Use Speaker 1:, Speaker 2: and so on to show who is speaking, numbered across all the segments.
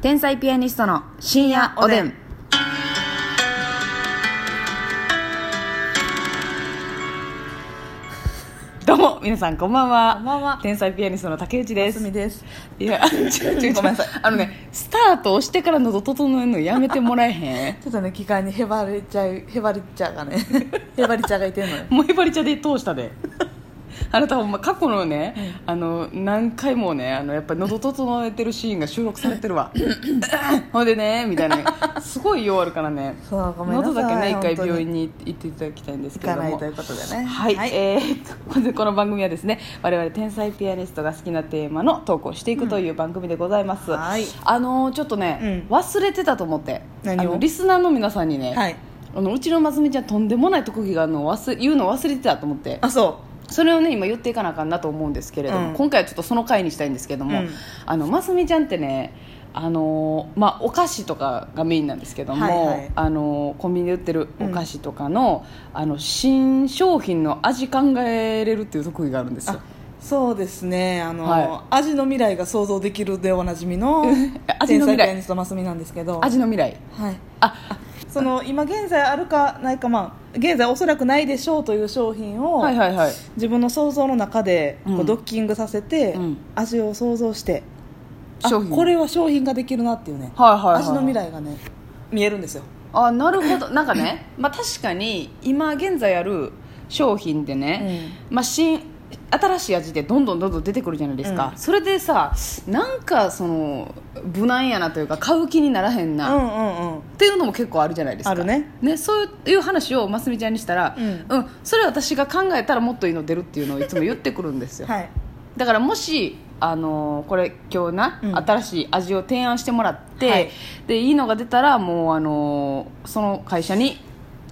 Speaker 1: 天才ピアニストの深夜おでん。どうも、皆さん、こんばんは。
Speaker 2: こんばんは
Speaker 1: 天才ピアニストの竹内です。
Speaker 2: です
Speaker 1: いや、違う違う違う
Speaker 2: ごめんなさい。
Speaker 1: あのね、スタート押してから喉整えるのやめてもらえへん。
Speaker 2: ちょっとね期間にへばりちゃうへばりちゃ がねへばりちゃがいてんのよ
Speaker 1: もうへばり茶で通したであなたほんま過去のね、あの何回もねあのやっぱり喉整えてるシーンが収録されてるわほんでねみたいなすごい弱るからね
Speaker 2: そうごめんなさい
Speaker 1: 喉だけね一
Speaker 2: 本
Speaker 1: 回
Speaker 2: 当に
Speaker 1: 病院に行っていただきたいんです
Speaker 2: 行
Speaker 1: けれ
Speaker 2: か
Speaker 1: ど
Speaker 2: ない
Speaker 1: も
Speaker 2: ということでね
Speaker 1: はい、えーとこの番組はですね我々天才ピアニストが好きなテーマの投稿していくという番組でございます、
Speaker 2: はい
Speaker 1: あのーちょっとね、
Speaker 2: う
Speaker 1: 忘れてたと思って
Speaker 2: 何を
Speaker 1: あのリスナーの皆さんにね、
Speaker 2: はい
Speaker 1: あのうちのますみちゃんとんでもない特技があるのを忘れ言うのを忘れてたと思って
Speaker 2: あそ
Speaker 1: それをね今言っていかなあかんなと思うんですけれども、
Speaker 2: うん
Speaker 1: 今回はちょっとその回にしたいんですけども、
Speaker 2: うん
Speaker 1: あのますみちゃんってねあのーまあ、お菓子とかがメインなんですけども、
Speaker 2: はいはい
Speaker 1: あのーコンビニで売ってるお菓子とかの,、あの新商品の味考えれるっていう特技があるんですよ
Speaker 2: あそうですねあの、
Speaker 1: は
Speaker 2: 味の未来が想像できるでおなじみの
Speaker 1: 味の未来
Speaker 2: 天才ピアニストますみなんですけど
Speaker 1: 味の未来
Speaker 2: はい
Speaker 1: あ
Speaker 2: その今現在あるかないかまあ現在おそらくないでしょうという商品を、
Speaker 1: はいはいはい
Speaker 2: 自分の想像の中でこ
Speaker 1: う
Speaker 2: うんドッキングさせて、
Speaker 1: うん
Speaker 2: 味を想像して、あ
Speaker 1: 商品
Speaker 2: これは商品ができるなっていうね、
Speaker 1: はいはいはいはい
Speaker 2: 味の未来がね見えるんですよ
Speaker 1: あなるほど なんかね、まあ、確かに今現在ある商品でね、まあ、新新しい味でどんどんどんどん出てくるじゃないですか、
Speaker 2: うん
Speaker 1: それでさなんかその無難やなというか買う気にならへん
Speaker 2: う
Speaker 1: な、
Speaker 2: んう
Speaker 1: っ
Speaker 2: んうん
Speaker 1: ていうのも結構あるじゃないですか
Speaker 2: あるね
Speaker 1: そういう話をますみちゃんにしたら、
Speaker 2: うん
Speaker 1: それ私が考えたらもっといいの出るっていうのをいつも言ってくるんですよ、
Speaker 2: はい
Speaker 1: だからもし、あのーこれ今日な、
Speaker 2: うん
Speaker 1: 新しい味を提案してもらって、
Speaker 2: はい
Speaker 1: でいいのが出たらもう、あのーその会社に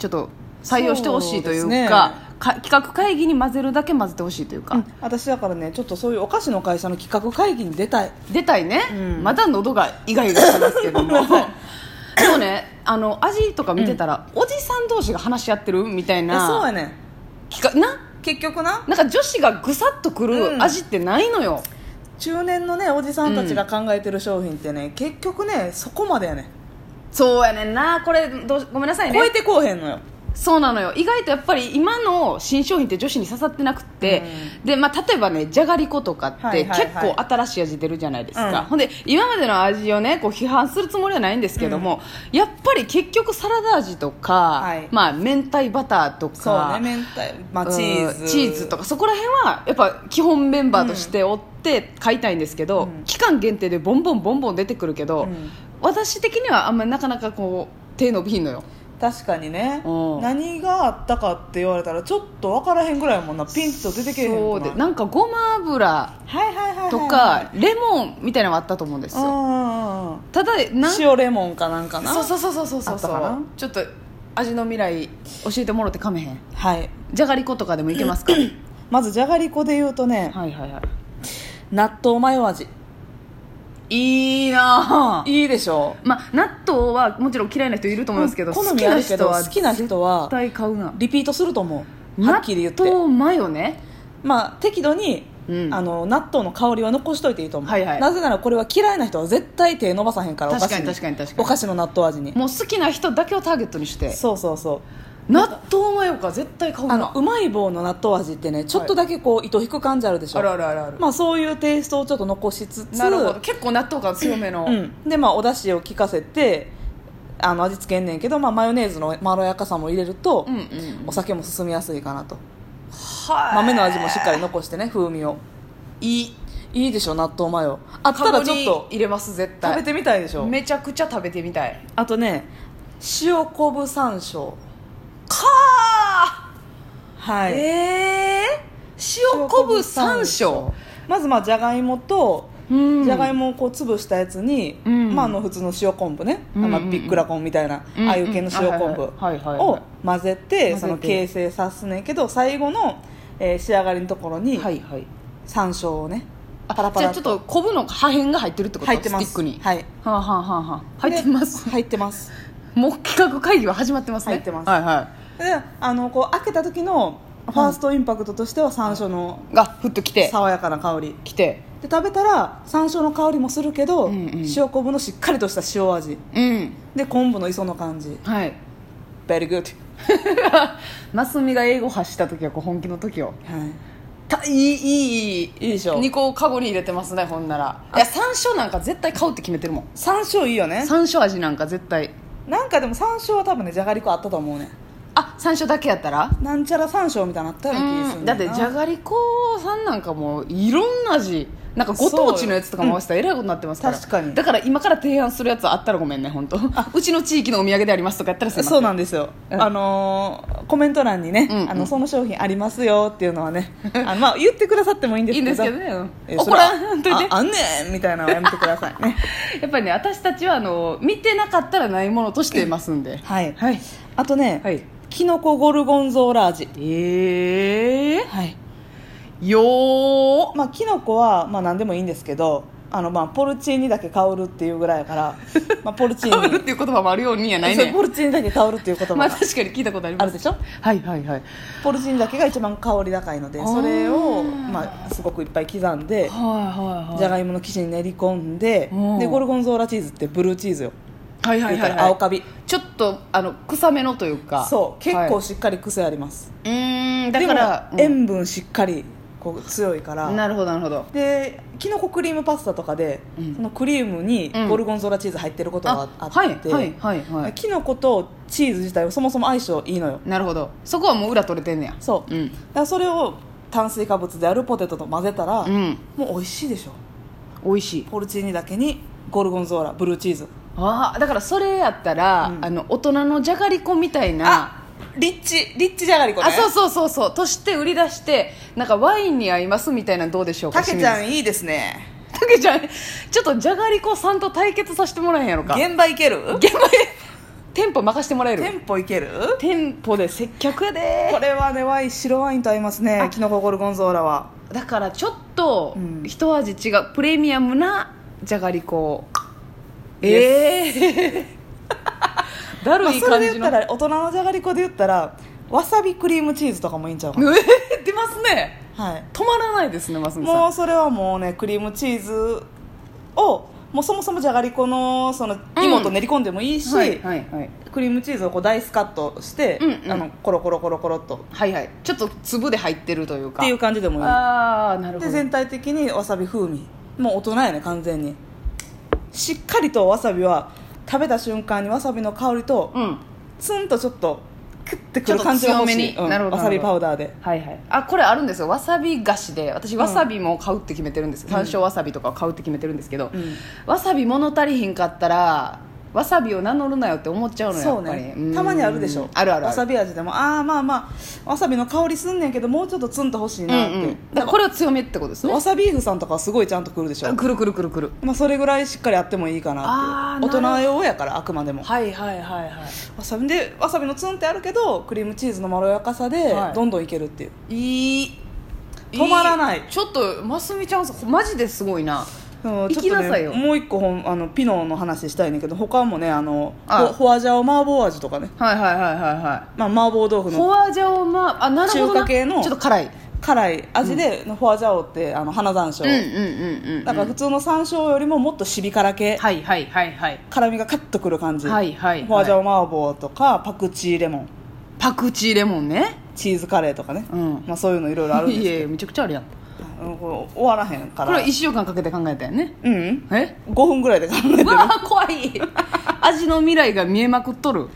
Speaker 1: ちょっと採用してほしいという
Speaker 2: そうですね
Speaker 1: かか企画会議に混ぜるだけ混ぜてほしいというか、
Speaker 2: うん私だからねちょっとそういうお菓子の会社の企画会議に出たい
Speaker 1: 出たいね、
Speaker 2: うん
Speaker 1: まだ喉がイガイガしてますけども でもねあの味とか見てたら、おじさん同士が話し合ってるみたい
Speaker 2: えそう
Speaker 1: な
Speaker 2: やねん
Speaker 1: 企画な
Speaker 2: 結局な
Speaker 1: なんか女子がぐさっとく
Speaker 2: う
Speaker 1: る
Speaker 2: ん
Speaker 1: 味ってないのよ、
Speaker 2: 中年のねおじさんたちが考えてる商品ってね、結局ねそこまでやねん
Speaker 1: そうやねんなこれどうごめんなさいね
Speaker 2: 超えてこうへんのよ
Speaker 1: そうなのよ意外とやっぱり今の新商品って女子に刺さってなくって、でまあ、例えばねじゃがりことかっ
Speaker 2: はい
Speaker 1: て
Speaker 2: はいはい
Speaker 1: 結構新しい味出るじゃないですか、
Speaker 2: うん
Speaker 1: ほんで今までの味をねこう批判するつもりはないんですけども、やっぱり結局サラダ味とか、
Speaker 2: はい
Speaker 1: まあ、明太バターと
Speaker 2: そ
Speaker 1: か
Speaker 2: うね明太、まあ、チー
Speaker 1: うん
Speaker 2: ズ
Speaker 1: チーズとかそこら辺はやっぱ基本メンバーとして追って買いたいんですけど、
Speaker 2: うん
Speaker 1: 期間限定でボンボンボンボン出てくるけど、
Speaker 2: うん
Speaker 1: 私的にはあんまりなかなかこう手伸びひんのよ
Speaker 2: 確かにね
Speaker 1: うん
Speaker 2: 何があったかって言われたらちょっと分からへんぐらいやもんなピンと出てけへん
Speaker 1: そう
Speaker 2: く
Speaker 1: で
Speaker 2: ない
Speaker 1: なんかごま油
Speaker 2: はいはいはいはい
Speaker 1: とかレモンみたいなのがあったと思うんです
Speaker 2: うんう
Speaker 1: よ
Speaker 2: んうん
Speaker 1: ただなんそう
Speaker 2: 塩レモンかなんかな
Speaker 1: そうそうそうそうそ
Speaker 2: あ
Speaker 1: う
Speaker 2: ったかな
Speaker 1: ちょっと味の未来教えてもろってかめへん
Speaker 2: はい
Speaker 1: じゃがりことかでもいけ ますかは
Speaker 2: まずじゃがりこで言うとね
Speaker 1: いはいは
Speaker 2: 納豆マヨ味
Speaker 1: いいいなぁ
Speaker 2: いいでしょ
Speaker 1: まあ納豆はもちろん嫌いな人いると思うんですけど、
Speaker 2: 好みあるけど好きな人は
Speaker 1: 絶対買うな
Speaker 2: リピートすると思うはっきり言って
Speaker 1: 納豆マヨね
Speaker 2: まあ適度に、
Speaker 1: うん
Speaker 2: あの納豆の香りは残しといていいと思う、
Speaker 1: はいはい
Speaker 2: なぜならこれは嫌いな人は絶対手伸ばさへんからお菓
Speaker 1: 確
Speaker 2: 子
Speaker 1: かに
Speaker 2: に
Speaker 1: 確かに確かに
Speaker 2: お菓子の納豆味に
Speaker 1: もう好きな人だけをターゲットにして
Speaker 2: そうそうそう
Speaker 1: 納豆マヨか絶対買うな
Speaker 2: あのうまい棒の納豆味ってねちょっとだけこう糸引く感じあるでしょ、
Speaker 1: あるあるあるある
Speaker 2: まあ、そういうテイストをちょっと残しつつ
Speaker 1: なるほど結構納豆感強めの、
Speaker 2: うん、で、まあ、お出汁を効かせてあの味付けんねんけど、まあ、マヨネーズのまろやかさも入れると、
Speaker 1: うんうん
Speaker 2: お酒も進みやすいかなと
Speaker 1: は
Speaker 2: 豆の味もしっかり残してね風味を
Speaker 1: いい
Speaker 2: いいでしょ納豆マヨあ
Speaker 1: あ
Speaker 2: ったらちょっと
Speaker 1: 入れます絶
Speaker 2: 食べ
Speaker 1: 対
Speaker 2: てみたいでしょ
Speaker 1: めちゃくちゃ食べてみたい
Speaker 2: あとね塩昆布山椒
Speaker 1: か
Speaker 2: は
Speaker 1: ー
Speaker 2: い
Speaker 1: えー、塩昆布山椒
Speaker 2: まずまあじゃがいもと
Speaker 1: うん
Speaker 2: じゃがいもをこう潰したやつに、
Speaker 1: うん
Speaker 2: まあ、あの普通の塩昆布ね、
Speaker 1: うん
Speaker 2: あのビックラコンみたいな、
Speaker 1: うん
Speaker 2: ああいう系の塩昆布
Speaker 1: はいはいはいはいはいはい
Speaker 2: を混ぜて,、
Speaker 1: 混ぜて
Speaker 2: その形成さすねんけど最後の、えー仕上がりのところに
Speaker 1: はいはい
Speaker 2: 山椒をね、
Speaker 1: あ
Speaker 2: パラパラ
Speaker 1: じゃあちょっと昆布の破片が入ってるってこと
Speaker 2: 入ってます
Speaker 1: スティックに、
Speaker 2: はい、
Speaker 1: はあ、はあはあはあ、入ってます
Speaker 2: で入ってます
Speaker 1: もう企画会議は始まってますね
Speaker 2: 入ってます
Speaker 1: はいは
Speaker 2: であのこう開けた時のファーストインパクトとしては山椒の
Speaker 1: いがふっと来て
Speaker 2: 爽やかな香り
Speaker 1: 来て
Speaker 2: でで食べたら山椒の香りもするけど、
Speaker 1: うんうん
Speaker 2: 塩昆布のしっかりとした塩味
Speaker 1: うん
Speaker 2: で昆布の磯の感じ
Speaker 1: はい
Speaker 2: Very good
Speaker 1: マスミが英語発した時はこう本気の時よ
Speaker 2: はい
Speaker 1: たいいいいいい
Speaker 2: いいでしょ
Speaker 1: 2個カゴに入れてますねほんならいや山椒なんか絶対買うって決めてるもん
Speaker 2: 山椒いいよね
Speaker 1: 山椒味なんか絶対
Speaker 2: なんかでも山椒は多分ねじゃがりこあったと思うね
Speaker 1: あ山椒だけやったら
Speaker 2: なんちゃら山椒みたいなのあったような気がする
Speaker 1: うんんだっ
Speaker 2: よ
Speaker 1: て
Speaker 2: な
Speaker 1: じゃがりこさんなんかもういろんな味なんかご当地のやつとかも合わせたらえらいことになってますから
Speaker 2: 確かに
Speaker 1: だから今から提案するやつあったらごめんね本当うちの地域のお土産でありますとかやったらすいません
Speaker 2: そうなんですよ、
Speaker 1: うん
Speaker 2: あのーコメント欄にね、
Speaker 1: うんうん
Speaker 2: あのその商品ありますよっていうのは ねあの、まあ、言ってくださってもいいんです
Speaker 1: いい
Speaker 2: け
Speaker 1: ん
Speaker 2: ど
Speaker 1: ですけどねうん
Speaker 2: えそ
Speaker 1: 怒
Speaker 2: れは
Speaker 1: らんといて
Speaker 2: ああんねんみたいなのはやめてください ね
Speaker 1: やっぱりね私たちはあの見てなかったらないものとしていますんで
Speaker 2: はい
Speaker 1: はい
Speaker 2: あとね、
Speaker 1: はい
Speaker 2: キノコゴルゴンゾーラ味
Speaker 1: ええ
Speaker 2: はい
Speaker 1: よー
Speaker 2: まあキノコは、まあ、何でもいいんですけどあの、まあ、ポルチーニだけ香るっていうぐらい やから、まあ、ポルチ
Speaker 1: かぶ
Speaker 2: ー
Speaker 1: る
Speaker 2: ニ
Speaker 1: っていう言葉もあるようにやないね
Speaker 2: そうポルチーニだけ香るっていう言葉が
Speaker 1: まあ確かに聞いたことあります
Speaker 2: あるでしょ
Speaker 1: はいはいはい
Speaker 2: ポルチーニだけが一番香り高いので
Speaker 1: あー
Speaker 2: それを、まあ、すごくいっぱい刻んで
Speaker 1: はいはい
Speaker 2: じゃ
Speaker 1: はい
Speaker 2: がいもの生地に練り込んで
Speaker 1: うん
Speaker 2: でゴルゴンゾーラチーズってブルーチーズよ
Speaker 1: はいはいはい
Speaker 2: 言う
Speaker 1: は
Speaker 2: た
Speaker 1: い
Speaker 2: ら青カビ
Speaker 1: ちょっとあの臭めのというか
Speaker 2: そう結構
Speaker 1: はい
Speaker 2: しっかり癖あります、
Speaker 1: うーんだから
Speaker 2: でも塩分しっかりこう強いか
Speaker 1: う
Speaker 2: ら
Speaker 1: んなるほどなるほど
Speaker 2: できのこクリームパスタとかで、
Speaker 1: うん
Speaker 2: そのクリームに
Speaker 1: うん
Speaker 2: ゴルゴンゾーラチーズ入ってることがあって、
Speaker 1: はいはいはいはい
Speaker 2: きのことチーズ自体はそもそも相性いいのよ
Speaker 1: なるほどそこはもう裏取れてんねや
Speaker 2: そう、
Speaker 1: う
Speaker 2: だ
Speaker 1: ん
Speaker 2: からそれを炭水化物であるポテトと混ぜたら、
Speaker 1: うん
Speaker 2: もう美味しいでしょ
Speaker 1: 美味しい
Speaker 2: ポルチーニだけにゴルゴンゾーラブルーチーズ
Speaker 1: ああだからそれやったら、
Speaker 2: うん
Speaker 1: あの大人のじゃがりこみたいな
Speaker 2: リッチリッチじゃがりこね
Speaker 1: あそうそうそうそうとして売り出してなんかワインに合いますみたいなのどうでしょうか
Speaker 2: たけちゃ
Speaker 1: 清
Speaker 2: んいいですね
Speaker 1: 水さんたけちゃんちょっとじゃがりこさんと対決させてもらえへんやろか
Speaker 2: 現場いける
Speaker 1: 現場へ 店舗任せてもらえる
Speaker 2: 店舗いける
Speaker 1: 店舗で接客やで
Speaker 2: これはねワイン白ワインと合いますね
Speaker 1: あ
Speaker 2: キノコゴルゴンゾーラは
Speaker 1: だからちょっと
Speaker 2: うん
Speaker 1: 一味違う、プレミアムなじゃがりこ
Speaker 2: イ
Speaker 1: ええー、 だ
Speaker 2: ま
Speaker 1: る
Speaker 2: あ
Speaker 1: い
Speaker 2: それ
Speaker 1: 感
Speaker 2: で
Speaker 1: じ
Speaker 2: 言っ
Speaker 1: の、
Speaker 2: たら大人のじゃがりこで言ったらわさびクリームチーズとかもいいんちゃうかな、
Speaker 1: えー出ますね
Speaker 2: はい、
Speaker 1: 止まらないですねますみ
Speaker 2: も
Speaker 1: さ
Speaker 2: うそれはもうねクリームチーズをもうそもそもじゃがりこのその芋と練り込んでもいいし、
Speaker 1: んはいはいはい
Speaker 2: クリームチーズをこうダイスカットして、
Speaker 1: うんうん
Speaker 2: あのコロコロコロコロっとっ
Speaker 1: はいはいちょっと粒で入ってるというか
Speaker 2: ていう感じでもいい
Speaker 1: ああなるほ
Speaker 2: で
Speaker 1: ど
Speaker 2: 全体的にわさび風味もう大人やね完全にしっかりとわさびは食べた瞬間にわさびの香りと
Speaker 1: うん
Speaker 2: ツンとちょっとクッてくる感じが欲し
Speaker 1: ちょっと強めに
Speaker 2: い、うん
Speaker 1: なるほど
Speaker 2: わさびパウダーで
Speaker 1: はいはい、あこれあるんですよわさび菓子で私わさびも買うって決めてるんです、山椒わさびとかを買うって決めてるんですけど、
Speaker 2: うん
Speaker 1: わさび物足りひんかったらわさびを名乗るなよって思っちゃうのよ
Speaker 2: そう
Speaker 1: やっぱ
Speaker 2: ね
Speaker 1: りうん
Speaker 2: たまにあるでしょ
Speaker 1: あるあるあ
Speaker 2: わ
Speaker 1: る
Speaker 2: さび味でもああまあまあわさびの香りすんねんけどもうちょっとツンと欲しいなって、
Speaker 1: うんうん、だからこれは強めってことですね
Speaker 2: わさビーフさんとかはすごいちゃんとくるでしょ、
Speaker 1: くるくるくるくる
Speaker 2: まあ、それぐらいしっかりあってもいいかなっていう
Speaker 1: あーな
Speaker 2: 大人用やからあくまでも
Speaker 1: はいはいはいは
Speaker 2: わさびでわさびのツンってあるけどクリームチーズのまろやかさで
Speaker 1: はい
Speaker 2: どんどんいけるっていう、
Speaker 1: いいい
Speaker 2: 止まらない
Speaker 1: ちょっとますみちゃんほマジですごいな
Speaker 2: うんちょっとね
Speaker 1: 行きなさいよ
Speaker 2: もう一個ほんあのピノの話したいねんけど他もねあの
Speaker 1: あ
Speaker 2: フォフォアジャオ麻婆味とかね、
Speaker 1: はいはいはいはいは
Speaker 2: まあ、麻婆豆腐
Speaker 1: い
Speaker 2: の
Speaker 1: フォアジャオまあなるほどな
Speaker 2: 中華系の
Speaker 1: ちょっと辛い
Speaker 2: 辛い味で、フォアジャオってあの花山椒、
Speaker 1: うんうんうんうん
Speaker 2: だから普通の山椒よりももっとシビ辛系、
Speaker 1: はいはいはいはい
Speaker 2: 辛みがカッとくる感じ、
Speaker 1: はいはいはい
Speaker 2: フォアジャオ麻婆とかパクチーレモン
Speaker 1: パクチーレモンね
Speaker 2: チーズカレーとかね、
Speaker 1: うん
Speaker 2: まあ、そういうのいろいろあるんです
Speaker 1: い
Speaker 2: け
Speaker 1: やいやめちゃくちゃあるやん
Speaker 2: どうんこれ終わらへんか
Speaker 1: これ
Speaker 2: ら
Speaker 1: は1週間かけて考えたよね
Speaker 2: うん
Speaker 1: え
Speaker 2: 5分ぐらいで考えて
Speaker 1: う
Speaker 2: る
Speaker 1: わー怖い味の未来が見えまくっとる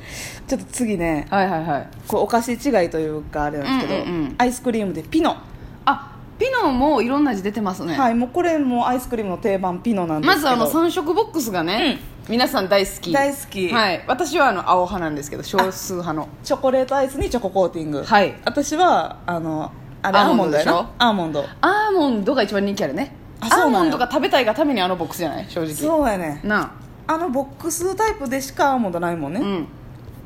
Speaker 2: ちょっと次ね
Speaker 1: はいはいはい
Speaker 2: こうお菓子違いというかあれなんですけど、
Speaker 1: うんうんうん
Speaker 2: アイスクリームでピノ、
Speaker 1: あピノもいろんな味出てますね、
Speaker 2: はいもうこれもアイスクリームの定番ピノなんです
Speaker 1: ま
Speaker 2: け
Speaker 1: ず
Speaker 2: ど
Speaker 1: あの3色ボックスがね、皆さん大好き
Speaker 2: 大好き
Speaker 1: はい、私はあの青派なんですけど少数派の
Speaker 2: チョコレートアイスにチョココーティング
Speaker 1: はい
Speaker 2: 私はあのあれアーモンドやなアーモンド
Speaker 1: アーモンドが一番人気あるねア
Speaker 2: あそ
Speaker 1: ー
Speaker 2: うなんや
Speaker 1: モンドが食べたいがためにあのボックスじゃない正直
Speaker 2: そうやね
Speaker 1: な
Speaker 2: あのボックスタイプでしかアーモンドないもんね、
Speaker 1: あうん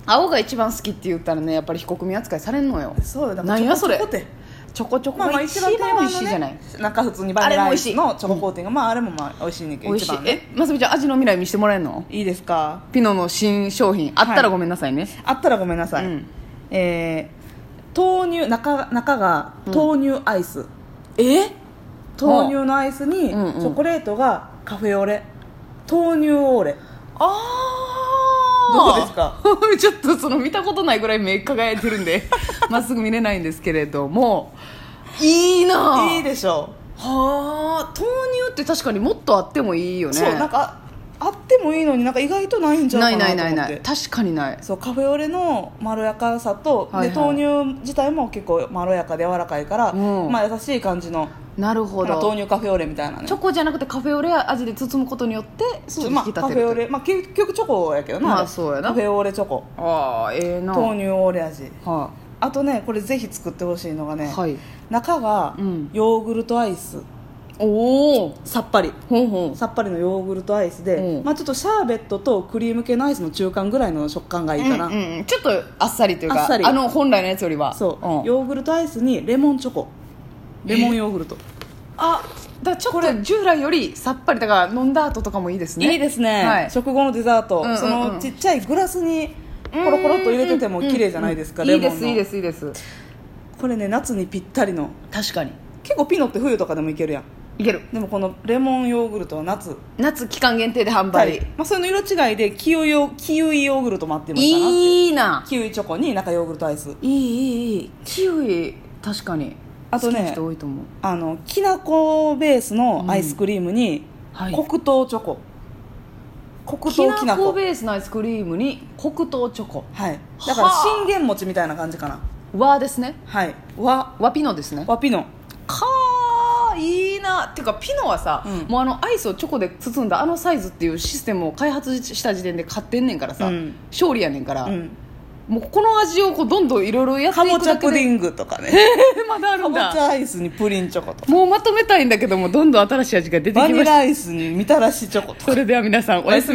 Speaker 1: 青が一番好きって言ったらねやっぱり非国民扱いされんのよ
Speaker 2: そうよだから
Speaker 1: 何やそれ
Speaker 2: チョコチョコって
Speaker 1: チョコチョコ
Speaker 2: まあま
Speaker 1: が
Speaker 2: あ
Speaker 1: 一
Speaker 2: 一
Speaker 1: 番
Speaker 2: 番定番の、
Speaker 1: 美
Speaker 2: ね、
Speaker 1: 味しいじゃない
Speaker 2: 中普通にバニラアイス
Speaker 1: あれも美
Speaker 2: のチョココーティング、まああれもまあ美味しいねんけ
Speaker 1: 美
Speaker 2: ど
Speaker 1: 味し
Speaker 2: 一
Speaker 1: い
Speaker 2: 番ね
Speaker 1: えますみちゃん味の未来見してもらえんの
Speaker 2: いいですか
Speaker 1: ピノの新商品あったらごめんなさいね、
Speaker 2: あったらごめんなさい、
Speaker 1: うん
Speaker 2: えー豆乳中中が豆乳アイス、
Speaker 1: え
Speaker 2: 豆乳のアイスにチ
Speaker 1: うんうん
Speaker 2: ョコレートがカフェオレ豆乳オーレ
Speaker 1: あ
Speaker 2: どうですか
Speaker 1: ちょっとその見たことないぐらい目輝いてるん でまっすぐ見れないんですけれどもいいなあ
Speaker 2: いいでしょ
Speaker 1: はあ豆乳って確かにもっとあってもいいよ
Speaker 2: う、
Speaker 1: ね
Speaker 2: そうなんかあってもいいのになんか意外とないんじゃ
Speaker 1: な
Speaker 2: ない
Speaker 1: い
Speaker 2: か
Speaker 1: ない
Speaker 2: なと
Speaker 1: な
Speaker 2: 思
Speaker 1: い
Speaker 2: って
Speaker 1: ない確かにない
Speaker 2: そうカフェオレのまろやかさと、
Speaker 1: はいはい
Speaker 2: で豆乳自体も結構まろやかで柔らかいから、
Speaker 1: うん
Speaker 2: まあ、優しい感じの、
Speaker 1: なるほ
Speaker 2: まあ、
Speaker 1: ど
Speaker 2: 豆乳カフェオレみたいなね
Speaker 1: チョコじゃなくてカフェオレ味で包むことによってちょっと
Speaker 2: ま
Speaker 1: 引き立て
Speaker 2: あ、
Speaker 1: る
Speaker 2: カフェオ
Speaker 1: という
Speaker 2: レ、まあ、結局チョコやけどな,、
Speaker 1: まあそうやな
Speaker 2: カフェオレチョコ
Speaker 1: ああええな
Speaker 2: 豆乳オーレ味
Speaker 1: は
Speaker 2: あとねこれぜひ作ってほしいのが
Speaker 1: い、
Speaker 2: ね、
Speaker 1: はい、
Speaker 2: 中が
Speaker 1: うん
Speaker 2: ヨーグルトアイス、
Speaker 1: おお
Speaker 2: さっぱり
Speaker 1: ほんほん
Speaker 2: さっぱりのヨーグルトアイスで、
Speaker 1: うん
Speaker 2: まあ、ちょっとシャーベットとクリーム系のアイスの中間ぐらいの食感がいいかな、
Speaker 1: うんうんうん、ちょっとあっさりというか
Speaker 2: あっさり
Speaker 1: あの本来のやつよりは
Speaker 2: そう、
Speaker 1: ん
Speaker 2: ヨーグルトアイスにレモンチョコレモンヨーグルト、
Speaker 1: あだからちょっと従来よりさっぱりだから飲んだ後とかもいいですね
Speaker 2: いいですね、
Speaker 1: はい
Speaker 2: 食後のデザー
Speaker 1: う
Speaker 2: ト、
Speaker 1: んうんうん
Speaker 2: そのちっちゃいグラスにコロコロっと入れてても綺麗じゃないですか、
Speaker 1: うんうんうん
Speaker 2: レ
Speaker 1: いいで
Speaker 2: モン
Speaker 1: す
Speaker 2: の
Speaker 1: いいですいいです
Speaker 2: これね夏にぴったりの
Speaker 1: 確かに
Speaker 2: 結構ピノって冬とかでもいけるやん
Speaker 1: いける
Speaker 2: でもこのレモンヨーグルトは夏
Speaker 1: 夏期間限定で販売
Speaker 2: まあ、それの色違いでキウイヨキウイヨーグルトもあってもいいかなっていう
Speaker 1: いいな
Speaker 2: キウイチョコに中ヨーグルトアイス
Speaker 1: いいいいいいキウイ確かに
Speaker 2: あと
Speaker 1: 好
Speaker 2: ね
Speaker 1: きな人多いと思う
Speaker 2: あのきなこベースのアイスクリームに、
Speaker 1: うんはい
Speaker 2: 黒糖チョコ黒
Speaker 1: き
Speaker 2: 糖
Speaker 1: な
Speaker 2: きな
Speaker 1: こ
Speaker 2: こ
Speaker 1: ベースのアイスクリームに黒糖チョコ
Speaker 2: はいだから
Speaker 1: はあ
Speaker 2: 信玄餅みたいな感じかな
Speaker 1: 和ですね
Speaker 2: はい和
Speaker 1: 和ピノですね
Speaker 2: 和ピノ
Speaker 1: かーいいなっていうかピノはさ、
Speaker 2: うん
Speaker 1: もうあのアイスをチョコで包んだあのサイズっていうシステムを開発した時点で買ってんねんからさ、
Speaker 2: うん
Speaker 1: 勝利やねんから、
Speaker 2: うん
Speaker 1: もうこの味をこうどんどんいろいろやって
Speaker 2: か
Speaker 1: い
Speaker 2: ぼ
Speaker 1: く
Speaker 2: ちゃ
Speaker 1: だけ
Speaker 2: プディ
Speaker 1: で
Speaker 2: ングとかね
Speaker 1: まだあ
Speaker 2: か
Speaker 1: るん
Speaker 2: ぼち
Speaker 1: だ
Speaker 2: ゃアイスにプリンチョコと
Speaker 1: もうまとめたいんだけどもどんどん新しい味が出て
Speaker 2: バ
Speaker 1: き
Speaker 2: ニ
Speaker 1: まし
Speaker 2: ラ
Speaker 1: た
Speaker 2: アイスにみたらしチョコと
Speaker 1: それでは皆さんおやすみ